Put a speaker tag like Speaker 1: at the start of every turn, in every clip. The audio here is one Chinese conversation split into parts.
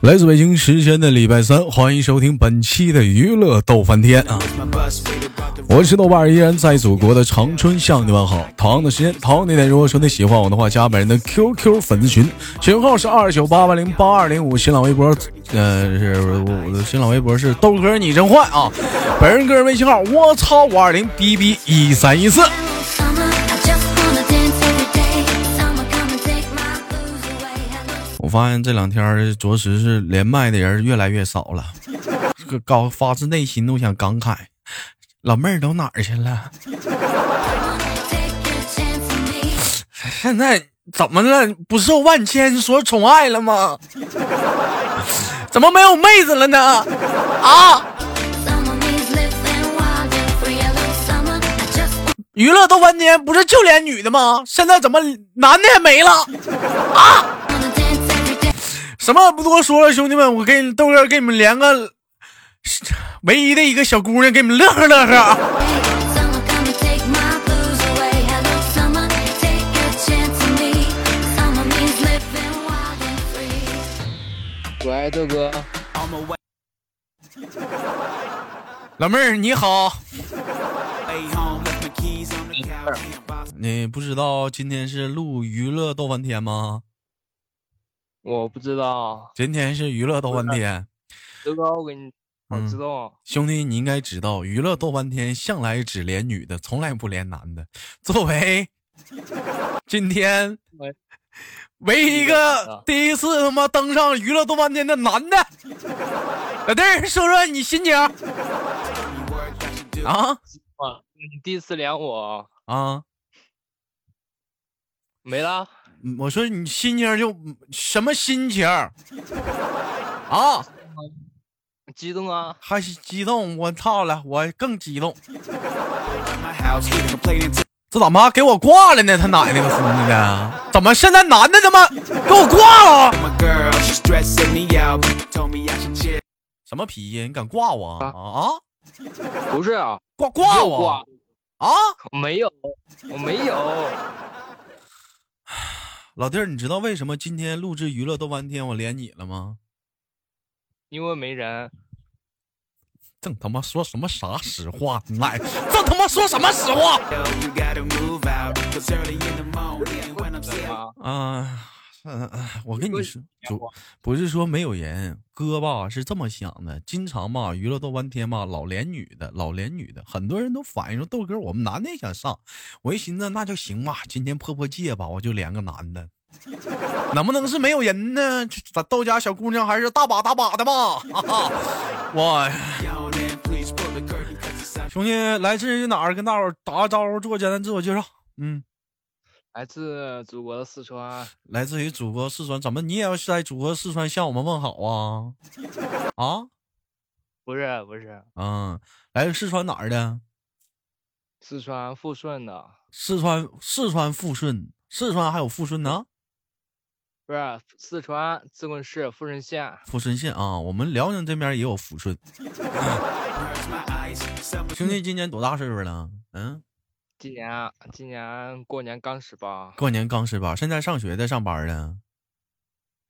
Speaker 1: 来自北京时间的礼拜三，欢迎收听本期的娱乐逗翻天啊！我是豆瓣，依然在祖国的长春向你们好。同样的时间，同样的点，如果说你喜欢我的话，加本人的 QQ 粉丝群，群号是二九八八零八二零五，新浪微博呃是我的新浪微博是豆哥你真坏啊，本人个人微信号我操五二零 bb 一三一四。我发现这两天着实是连麦的人越来越少了，这个高发自内心都想感慨，老妹儿都哪儿去了？现在怎么了？不受万千所宠爱了吗？ 怎么没有妹子了呢？啊！娱乐豆翻天不是就连女的吗？现在怎么男的也没了？啊！什么也不多说了，兄弟们，我给豆哥给你们连个 唯一的一个小姑娘，给你们乐呵啊乐呵。
Speaker 2: 喂，豆哥，
Speaker 1: 老妹儿你好，你不知道今天是录娱乐逗翻天吗？
Speaker 2: 我不知道，
Speaker 1: 今天是娱乐逗翻天，
Speaker 2: 豆哥，我给你，我
Speaker 1: 嗯
Speaker 2: 知道啊，
Speaker 1: 兄弟你应该知道，娱乐逗翻天向来只连女的，从来不连男的。作 为今天
Speaker 2: 喂
Speaker 1: 唯一一个第一次他妈登上娱乐逗翻天的男的，老弟儿说说你心情啊
Speaker 2: 哇你第一次连我，
Speaker 1: 啊！
Speaker 2: 没啦，
Speaker 1: 嗯我说你心情就什么心情儿啊？
Speaker 2: 激动啊，
Speaker 1: 还是激动？我操了，我更激动。这怎么给我挂了呢？他奶奶个孙子的，怎么现在男的他妈给我挂了？什么脾气？你敢挂我啊
Speaker 2: 啊
Speaker 1: 啊？
Speaker 2: 不是啊，
Speaker 1: 挂挂
Speaker 2: 又
Speaker 1: 我
Speaker 2: 挂，
Speaker 1: 啊！
Speaker 2: 没有，我没有，
Speaker 1: 老弟儿，你知道为什么今天录制娱乐豆翻天我连你了吗？
Speaker 2: 因为没人，
Speaker 1: 正他妈说什么啥实话？奶，正他妈说什么实话？
Speaker 2: 啊，
Speaker 1: 啊，嗯、我跟你
Speaker 2: 说
Speaker 1: 说，主不是说没有人，哥吧是这么想的，经常吧娱乐到半天吧，老连女的，老连女的，很多人都反映说豆哥，我们男的也想上，我一寻思那就行吧，今天破破戒吧，我就连个男的，能不能是没有人呢？这咱豆家小姑娘还是大把大把的吧，哈哈，我。兄弟，来自于哪儿？跟大伙儿打个招呼，做个简单自我介绍。嗯，
Speaker 2: 来自祖国的四川，
Speaker 1: 来自于祖国四川，怎么你也要是在祖国四川向我们问好啊？啊，
Speaker 2: 不是不是，
Speaker 1: 嗯，来自四川哪儿的？
Speaker 2: 四川富顺的，
Speaker 1: 四川，四川富顺，四川还有富顺呢，
Speaker 2: 不是四川自贡市富顺县，
Speaker 1: 富顺县啊。我们辽宁这边也有富顺。兄弟，今年多大岁数了？嗯，
Speaker 2: 今年啊今年过年刚十八，
Speaker 1: 过年刚十八，现在上学的，上班的。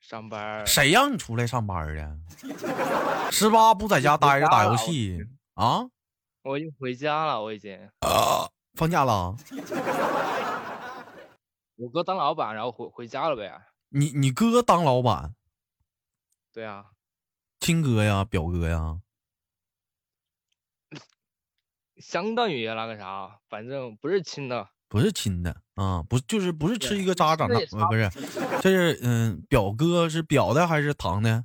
Speaker 2: 上班儿
Speaker 1: 谁让你出来上班的？十八不在家待着打游戏啊？
Speaker 2: 我已经回家了，我已经，
Speaker 1: 放假了？
Speaker 2: 我哥当老板，然后回回家了呗，
Speaker 1: 你你哥当老板，
Speaker 2: 对啊。
Speaker 1: 亲哥呀，表哥呀？
Speaker 2: 相当于那个啥，反正不是亲的，
Speaker 1: 不是亲的啊，不就是不是吃
Speaker 2: 对
Speaker 1: 一个渣长大，
Speaker 2: 那也
Speaker 1: 呃不是，这是嗯，表哥是表的还是堂的？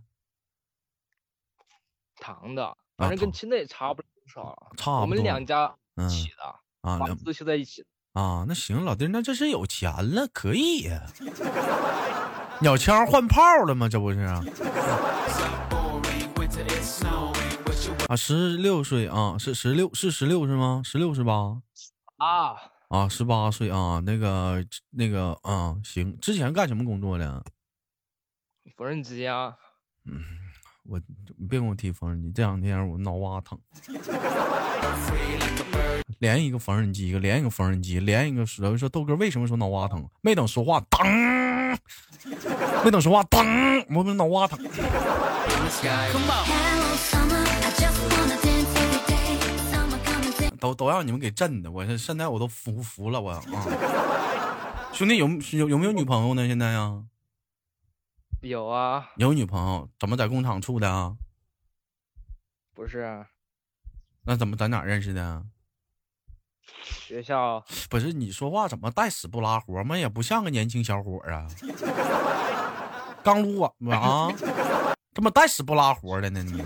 Speaker 2: 堂的，反正跟
Speaker 1: 堂
Speaker 2: 亲的也差不了多少。
Speaker 1: 啊差
Speaker 2: 我
Speaker 1: 不
Speaker 2: 们
Speaker 1: 多
Speaker 2: 两家一
Speaker 1: 嗯
Speaker 2: 起的，
Speaker 1: 啊
Speaker 2: 房
Speaker 1: 两
Speaker 2: 子都修在一起的。
Speaker 1: 啊，那行，老弟儿，那这是有钱了，可以呀、鸟枪换炮了吗？这不是啊？啊，十六岁啊，是十六是十六是吗？十六是吧？
Speaker 2: 啊，
Speaker 1: 啊，十八岁啊，那个那个啊，行，之前干什么工作的？
Speaker 2: 缝纫机啊，
Speaker 1: 我你别跟我提缝纫机，这两天我脑瓜疼。连一个缝纫机，连一个缝纫机，连一个石头。说豆哥为什么说脑瓜疼？没等说话，当；没等说话，当，我们脑瓜疼。都都让你们给震的，我这现在我都服服了，我啊。兄弟有有有没有女朋友呢？现在呀、
Speaker 2: 有啊，
Speaker 1: 有女朋友？怎么在工厂处的啊？
Speaker 2: 不是
Speaker 1: 那怎么在哪儿认识的啊？
Speaker 2: 学校
Speaker 1: 不是你说话怎么带死不拉活嘛？也不像个年轻小伙儿啊！刚撸完吧啊，怎么带死不拉活的呢你？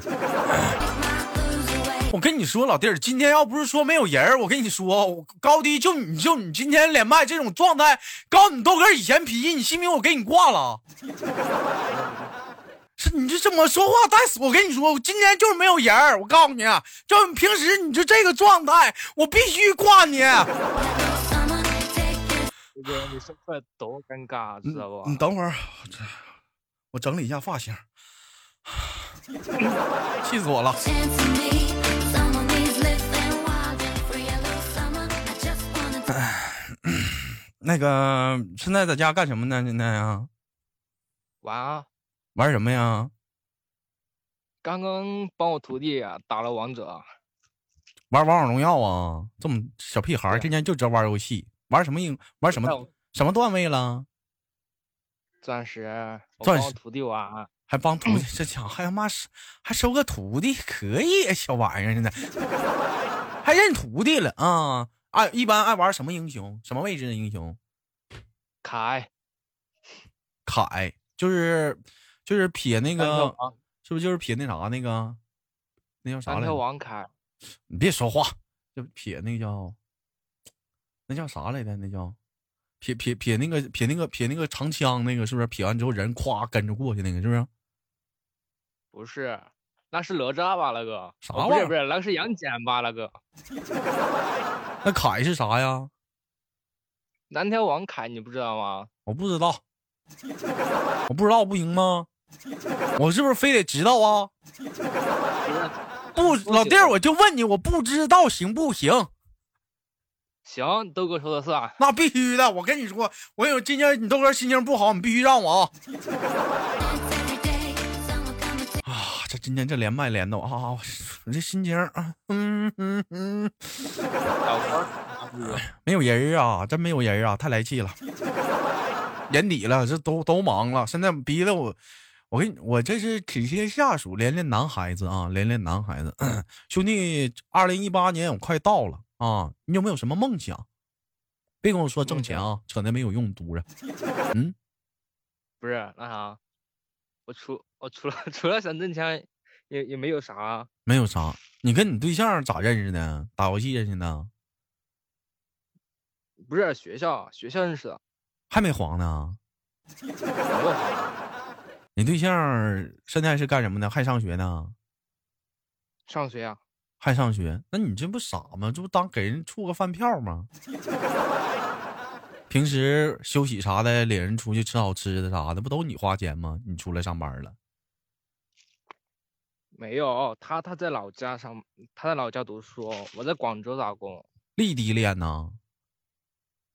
Speaker 1: 我跟你说，老弟儿，今天要不是说没有人儿，我跟你说，我高低就你就你今天连麦这种状态，告诉你豆哥以前脾气，你信不信我给你挂了？ 是你就这么说话带死我！跟你说，我今天就是没有人儿，我告诉你，啊就你平时你就这个状态，我必须挂你。
Speaker 2: 这个你说出来多尴尬，知道不？
Speaker 1: 你等会儿，这我整理一下发型， 气死我了！那个现在在家干什么呢？现在啊，
Speaker 2: 晚安。
Speaker 1: 玩什么呀？
Speaker 2: 刚刚帮我徒弟啊打了王者，
Speaker 1: 玩王者荣耀啊？这么小屁孩儿天天就知道玩游戏，玩什么英？玩什么
Speaker 2: 在我
Speaker 1: 什么段位了？
Speaker 2: 钻石，我
Speaker 1: 钻
Speaker 2: 帮我
Speaker 1: 石
Speaker 2: 徒弟玩，
Speaker 1: 还帮徒弟，这家伙还他妈是还收个徒弟，可以啊小玩意儿现在，还认徒弟了啊！爱、一般爱玩什么英雄？什么位置的英雄？
Speaker 2: 凯
Speaker 1: 凯，就是就是撇那
Speaker 2: 单挑
Speaker 1: 个，
Speaker 2: 王，
Speaker 1: 是不是就是撇那啥那个，那叫啥
Speaker 2: 单
Speaker 1: 来
Speaker 2: 挑
Speaker 1: 着？
Speaker 2: 王凯，
Speaker 1: 你别说话，就撇那个叫，那叫啥来着？那叫撇撇撇那个撇那个撇那个长枪那个是不是？撇完之后人咵跟着过去那个是不是？
Speaker 2: 不是，那是哪吒吧？那个
Speaker 1: 啥
Speaker 2: 哦
Speaker 1: 玩
Speaker 2: 不
Speaker 1: 意儿
Speaker 2: 是不是，那个是杨戬吧？那个
Speaker 1: 那凯是啥呀？
Speaker 2: 单挑王凯你不知道吗？
Speaker 1: 我不知道，我不知道不行吗？我是不是非得知道啊？不，老弟儿，我就问你，我不知道行不行？
Speaker 2: 行，豆哥说的算，
Speaker 1: 那必须的，我跟你说，我有今天你豆哥心情不好，你必须让我啊！啊，这今天这连麦连的我啊，我我这心情啊，嗯嗯嗯，哎
Speaker 2: 老婆
Speaker 1: 没有人儿啊，真没有人儿啊，太来气了，年底了，这都都忙了，现在逼得我，我跟你，我这是体贴下属，连连男孩子啊，连连男孩子，兄弟，二零一八年我快到了啊，你有没有什么梦想？别跟我说挣钱啊，扯那没有用，犊子。
Speaker 2: 不是那啥，我除我除了 除了想挣钱，也也没有啥，
Speaker 1: 没有啥。你跟你对象咋认识的？打游戏认识的？
Speaker 2: 不是学校学校认识的，
Speaker 1: 还没黄呢？
Speaker 2: 没有啥
Speaker 1: 你对象现在是干什么的？还上学呢？
Speaker 2: 上学啊，
Speaker 1: 还上学？那你这不傻吗？这不当给人处个饭票吗？ 平时休息啥的，领人出去吃好吃的啥的，不都你花钱吗？你出来上班了，
Speaker 2: 没有他他在老家上，他在老家读书，我在广州打工，
Speaker 1: 异地恋呢？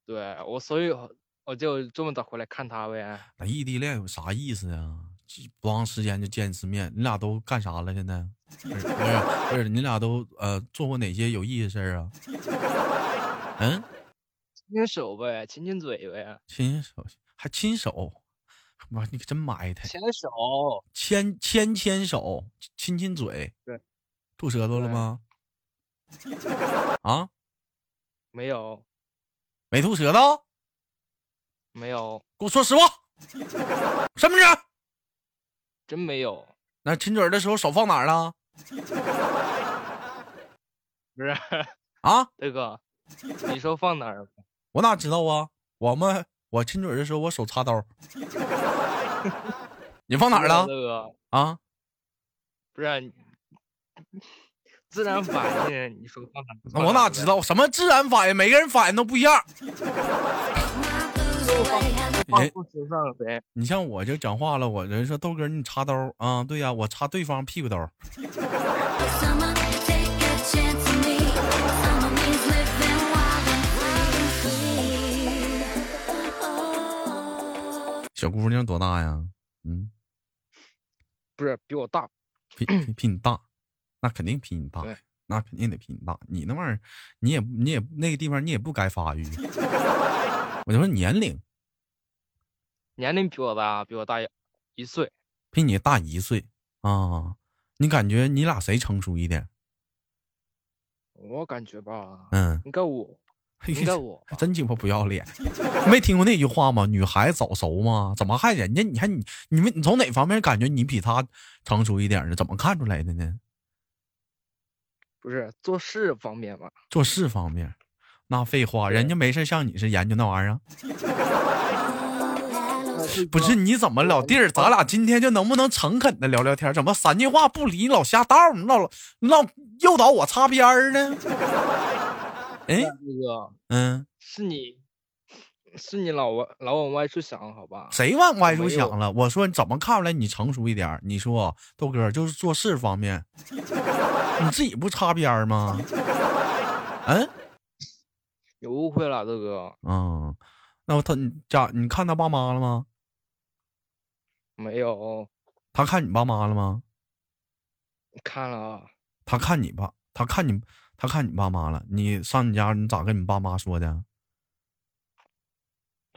Speaker 2: 对我所以我我就这么早回来看他呗，
Speaker 1: 那异地恋有啥意思呀？这不长时间就见一次面，你俩都干啥了？现在 不是不是不是，你俩都呃做过哪些有意思的事儿啊？ 嗯，
Speaker 2: 牵牵手呗，亲亲嘴呗，
Speaker 1: 亲手还亲手，妈你可真埋汰！
Speaker 2: 牵手，
Speaker 1: 牵牵牵手，亲亲嘴，
Speaker 2: 对，
Speaker 1: 吐舌头了吗？啊，
Speaker 2: 没有
Speaker 1: 没吐舌头，
Speaker 2: 没有，
Speaker 1: 给我说实话，身份证。
Speaker 2: 真没有，
Speaker 1: 那亲嘴儿的时候手放哪儿了？
Speaker 2: 不是
Speaker 1: 啊，
Speaker 2: 这个，你说放哪儿？
Speaker 1: 我哪知道啊？我们我亲嘴儿的时候，我手插兜儿。 你放哪儿了
Speaker 2: 这个。
Speaker 1: 啊？
Speaker 2: 不是你，自然反应，你说放哪？
Speaker 1: 那我哪
Speaker 2: 放
Speaker 1: 知？道？什么自然反应？每个人反应都不一样。
Speaker 2: 放
Speaker 1: 人
Speaker 2: 不身上了呗。
Speaker 1: 你像我这讲话了，我人说豆哥你插兜儿啊？对呀、我插对方屁股兜儿。小姑娘多大呀？嗯，
Speaker 2: 不是比我大，
Speaker 1: 比比比你大，那肯定比你大
Speaker 2: 对，
Speaker 1: 那肯定得比你大。你那玩意儿，你也你也那个地方你也不该发育。 我就说年龄
Speaker 2: 年龄比我大，比我大一一岁。
Speaker 1: 比你大一岁啊，你感觉你俩谁成熟一点？
Speaker 2: 我感觉吧，
Speaker 1: 嗯，
Speaker 2: 应该我，应该 我吧，
Speaker 1: 真鸡巴不要脸！ 没听过那句话吗？女孩早熟吗？怎么还人家？你还你你们你从哪方面感觉你比她成熟一点呢？怎么看出来的呢？
Speaker 2: 不是做事方面吧？
Speaker 1: 做事方面，那废话，人家没事像你是研究那玩意儿啊， 不是？你怎么老弟儿？咱俩今天就能不能诚恳的聊聊天？怎么三句话不离，老瞎道儿，老老诱导我擦边儿呢？ 哎，
Speaker 2: 那个
Speaker 1: 嗯，
Speaker 2: 是你，是你老往老往歪处想，好吧？
Speaker 1: 谁往歪处想了？我说你怎么看出来你成熟一点儿？你说豆哥就是做事方面， 你自己不擦边儿吗？ 嗯
Speaker 2: 你误会了，豆哥，
Speaker 1: 嗯，那么他你家你看他爸妈了吗？
Speaker 2: 没有
Speaker 1: 他看你爸妈了吗？
Speaker 2: 看了啊，
Speaker 1: 他看你爸，他看你，他看你爸妈了。你上你家，你咋跟你爸妈说的？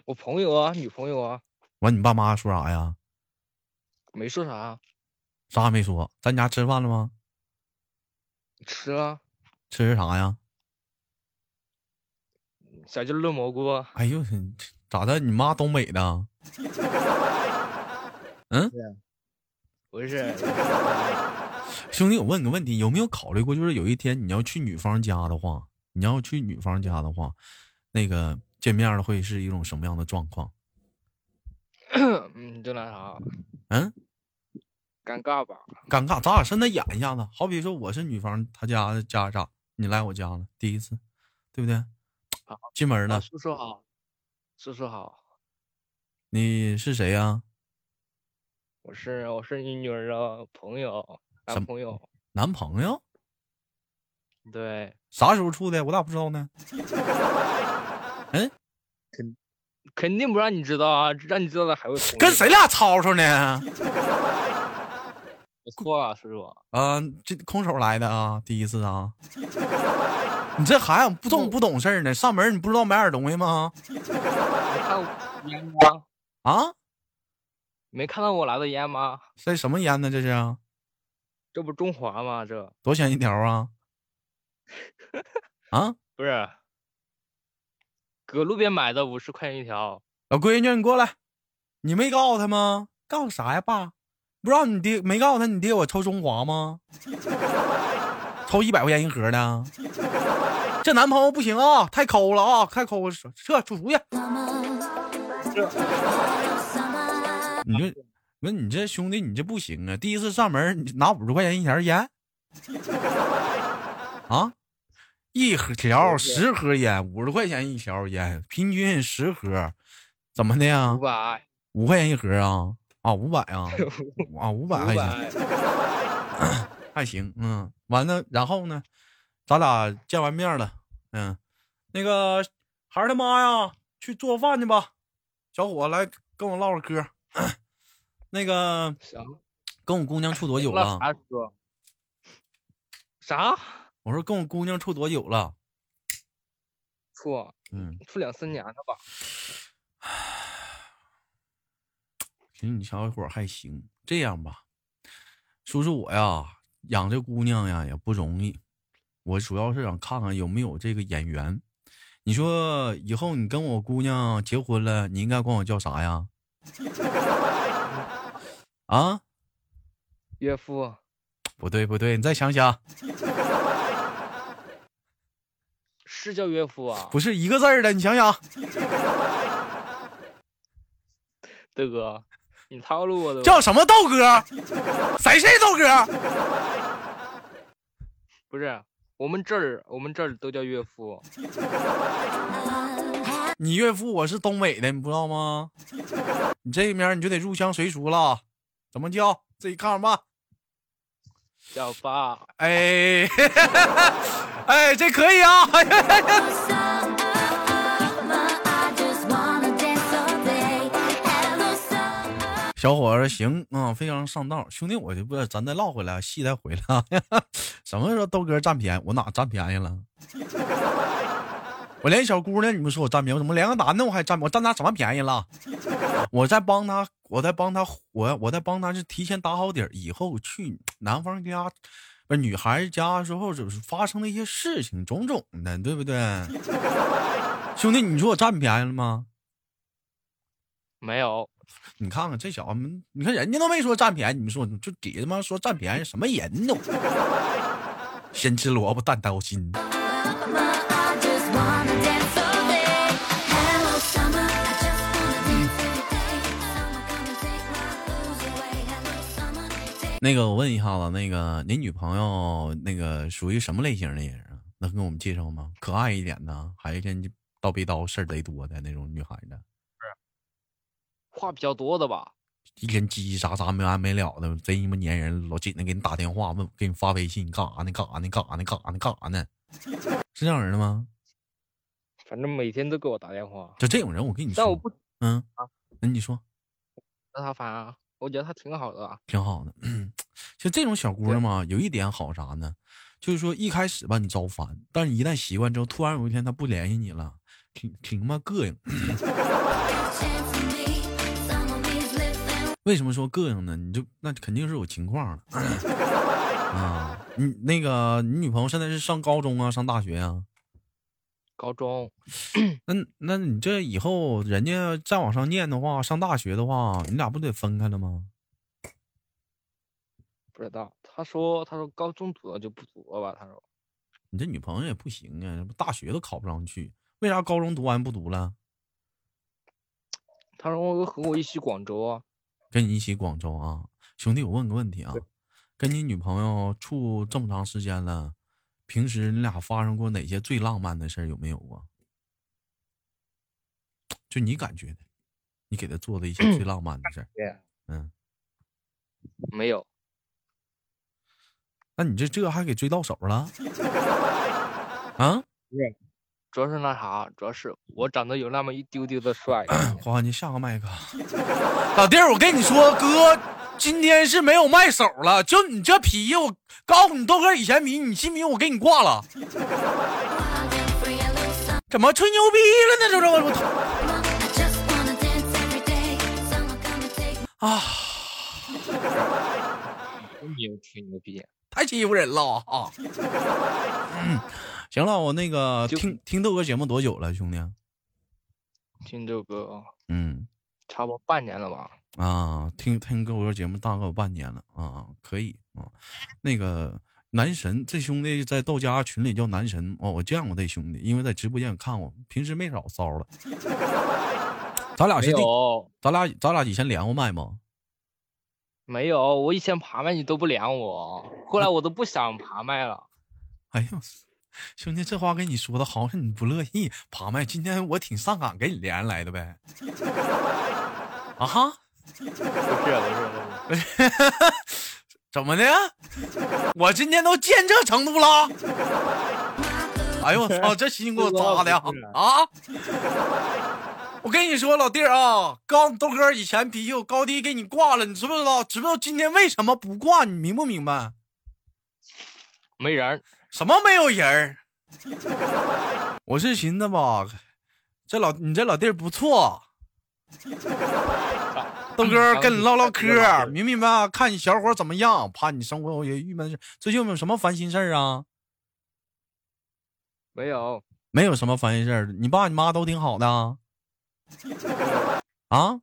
Speaker 2: 我朋友啊，女朋友啊，
Speaker 1: 完，你爸妈说啥呀？
Speaker 2: 没说啥，
Speaker 1: 啥也没说。咱家吃饭了吗？
Speaker 2: 吃了
Speaker 1: 吃啥呀？
Speaker 2: 小鸡炖蘑菇啊，
Speaker 1: 哎呦，咋的？你妈东北的？
Speaker 2: 不是，
Speaker 1: 兄弟，我问个问题，有没有考虑过，就是有一天你要去女方家的话，你要去女方家的话，那个见面了会是一种什么样的状况？
Speaker 2: 嗯，就那啥，
Speaker 1: 嗯，
Speaker 2: 尴尬吧？
Speaker 1: 尴尬，咱俩现在演一下子。好比说我是女方她家的家长，你来我家了，第一次，对不对？进门
Speaker 2: 啊
Speaker 1: 了，
Speaker 2: 叔叔好，叔叔好，
Speaker 1: 你是谁呀、
Speaker 2: 我是我是你女儿的朋友，
Speaker 1: 什
Speaker 2: 男
Speaker 1: 么
Speaker 2: 朋友，
Speaker 1: 男朋友？
Speaker 2: 对，
Speaker 1: 啥时候处的？我咋不知道呢？
Speaker 2: 肯定不让你知道啊，让你知道的还会红
Speaker 1: 跟
Speaker 2: 的
Speaker 1: 谁俩吵吵呢？
Speaker 2: 我错了，叔叔，
Speaker 1: 啊，这空手来的啊，第一次啊。你这孩子不懂不懂事儿呢，上门你不知道买点东西吗？
Speaker 2: 没看我烟吗？
Speaker 1: 啊，
Speaker 2: 没看到我拿的烟吗？
Speaker 1: 这什么烟呢？这是
Speaker 2: 这不中华吗？这
Speaker 1: 多少钱一条啊？啊，
Speaker 2: 不是搁路边买的，五十块钱一条。
Speaker 1: 老闺女，你过来，你没告诉他吗？告诉啥呀，爸？不让你爹没告诉他你爹我抽中华吗？抽一百块钱一盒的，这男朋友不行啊，太抠了啊，太抠了，撤出去。你这，那你这兄弟，你这不行啊！第一次上门，你拿五十块钱一条烟，啊，一盒条十盒烟，五十块钱一条烟，平均十盒，怎么的呀
Speaker 2: 五？百，
Speaker 1: 五块钱一盒啊？啊，五百啊？啊，五百
Speaker 2: 五
Speaker 1: 还行，
Speaker 2: 百，
Speaker 1: 还行，嗯。完了，然后呢，咱俩见完面了，嗯，那个孩儿他妈呀，去做饭去吧，小伙来跟我唠唠嗑。 那个
Speaker 2: 行。
Speaker 1: 跟我姑娘处多久
Speaker 2: 那
Speaker 1: 了？
Speaker 2: 啥说？啥？
Speaker 1: 我说跟我姑娘处多久了？
Speaker 2: 处
Speaker 1: 嗯，
Speaker 2: 处两三年了吧？
Speaker 1: 其实你小伙儿还行。这样吧，叔叔我呀，养这姑娘呀也不容易，我主要是想看看有没有这个眼缘。你说以后你跟我姑娘结婚了，你应该管我叫啥呀？ 啊，
Speaker 2: 岳父，
Speaker 1: 不对不对，你再想想，
Speaker 2: 是叫岳父啊？
Speaker 1: 不是一个字儿的，你想想，
Speaker 2: 豆哥，你套路啊 我的。
Speaker 1: 叫什么豆哥？谁是豆哥？
Speaker 2: 不是我们这儿，我们这儿都叫岳父。
Speaker 1: 你岳父我是东北的，你不知道吗？ 你这一面你就得入乡随俗了，怎么叫自己看着办。
Speaker 2: 叫爸，
Speaker 1: 哎， 哎，这可以啊！
Speaker 3: I just wanna dance all day. Hello,
Speaker 1: 小伙子行啊、嗯，非常上道。兄弟，我就不，咱再唠回来，戏再回来。啊 什么时候豆哥占便宜？我哪占便宜了？我连小姑娘，你们说我占便宜，我怎么连个男的我还占？我占他什么便宜了？我在帮他，我在帮他，我我在帮他是提前打好底儿，以后去男方家，不是女孩子家之后，就是发生的一些事情种种的，对不对？兄弟，你说我占便宜了吗？
Speaker 2: 没有，
Speaker 1: 你看看这小子们，你看人家都没说占便宜，你们说你就底他妈说占便宜，什么人都先吃萝卜淡刀心。那个，我问一下子，那个您女朋友那个属于什么类型的人啊？能给我们介绍吗？可爱一点的，还是叨逼叨事儿贼多的那种女孩子？
Speaker 2: 话比较多的吧，
Speaker 1: 一天叽叽喳喳没完没了的，贼你妈粘人，老紧的给你打电话问，给你发微信，你干啥呢？干啥呢？干啥呢？干啥呢？干啥呢？ 是这样人的吗？
Speaker 2: 反正每天都给我打电话。
Speaker 1: 就这种人，我跟你说，
Speaker 2: 但我不
Speaker 1: 嗯啊，那你说，
Speaker 2: 让他烦啊？我觉得他挺好的、啊，
Speaker 1: 挺好的。 就这种小姑娘嘛，有一点好啥呢？就是说一开始吧，你招烦，但是一旦习惯之后，突然有一天她不联系你了，挺挺他妈膈应。为什么说膈应呢？你就那肯定是有情况了啊！你那个你女朋友现在是上高中啊，上大学啊？
Speaker 2: 高中。
Speaker 1: 那那你这以后人家再往上念的话，上大学的话，你俩不得分开了吗？
Speaker 2: 不知道，他说他说高中读了就不读了吧？他说
Speaker 1: 你这女朋友也不行啊，不大学都考不上去，为啥高中读完不读了？
Speaker 2: 他说我和我一起广州啊。
Speaker 1: 跟你一起广州啊，兄弟，我问个问题啊，跟你女朋友处这么长时间了，平时你俩发生过哪些最浪漫的事儿有没有啊？就你感觉的，你给她做的一些最浪漫的事儿， 嗯，
Speaker 2: 没有。
Speaker 1: 那你这这还给追到手了？啊？
Speaker 2: 主要是那啥，主要是我长得有那么一丢丢的 帅。
Speaker 1: 花花，你下个麦克。老弟儿，我跟你说，哥今天是没有卖手了。就你这皮，我告诉你，豆哥以前迷你信不信？我给你挂了。怎么吹牛逼了呢？这这我啊！
Speaker 2: 没有吹牛逼，
Speaker 1: 太欺负人了啊！嗯行了，我那个听听豆哥节目多久了，兄弟？
Speaker 2: 听豆哥，
Speaker 1: 嗯，
Speaker 2: 差不多半年了吧？
Speaker 1: 啊，听听豆哥节目大概有半年了啊，可以啊。那个男神，这兄弟在豆家群里叫男神哦，我见过这兄弟，因为在直播间看过，平时没少骚了。咱俩啊是
Speaker 2: 有，
Speaker 1: 咱俩咱俩以前连过麦吗？
Speaker 2: 没有，我以前爬麦你都不连我，后来我都不想爬麦了。
Speaker 1: 哎呦！兄弟，这话跟你说的，好像你不乐意爬麦。今天我挺上赶给你连来的呗。啊哈，
Speaker 2: 不是不是不是，
Speaker 1: 怎么的？我今天都见这程度了？哎呦我操，这心给我扎的啊！ 我跟你说，老弟儿啊，刚豆哥以前脾气我高低给你挂了，你知不知道？知不知道今天为什么不挂？你明不明白？
Speaker 2: 没人。
Speaker 1: 什么没有人儿？ 我是寻思吧，这老你这老弟儿不 错，豆哥嗯跟你唠唠嗑，明明白？看你小伙怎么样？怕你生活也郁闷事，最近有没有什么烦心事儿啊？
Speaker 2: 没有，
Speaker 1: 没有什么烦心事儿。你爸你妈都挺好的 啊？啊？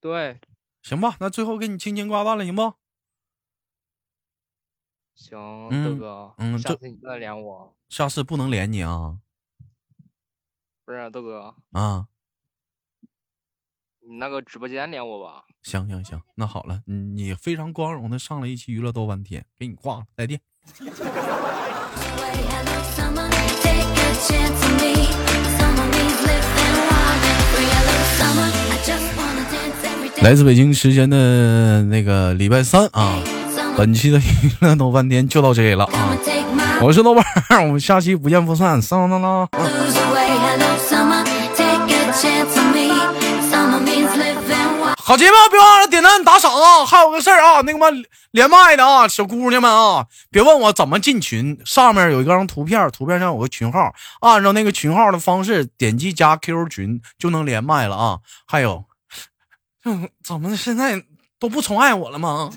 Speaker 2: 对，
Speaker 1: 行吧，那最后给你轻轻挂断了，行不？
Speaker 2: 行，豆哥，
Speaker 1: 嗯，
Speaker 2: 下次你再连我，
Speaker 1: 下次不能连你啊。
Speaker 2: 不是豆哥
Speaker 1: 啊，
Speaker 2: 你那个直播间连我吧。
Speaker 1: 行行行，那好了，你非常光荣的上了一期娱乐多半天，给你挂了，再见。来自北京时间的那个礼拜三啊。本期的娱乐豆半天就到这里了啊！我是豆瓣，我们下期不见不散，上当当！好。好节目别忘了点赞打赏啊！还有个事儿啊，那个嘛连麦的啊，小姑娘们啊，别问我怎么进群，上面有一张图片，图片上有个群号，按照那个群号的方式点击加 QQ 群就能连麦了啊！还有， 嗯，怎么现在都不宠爱我了吗？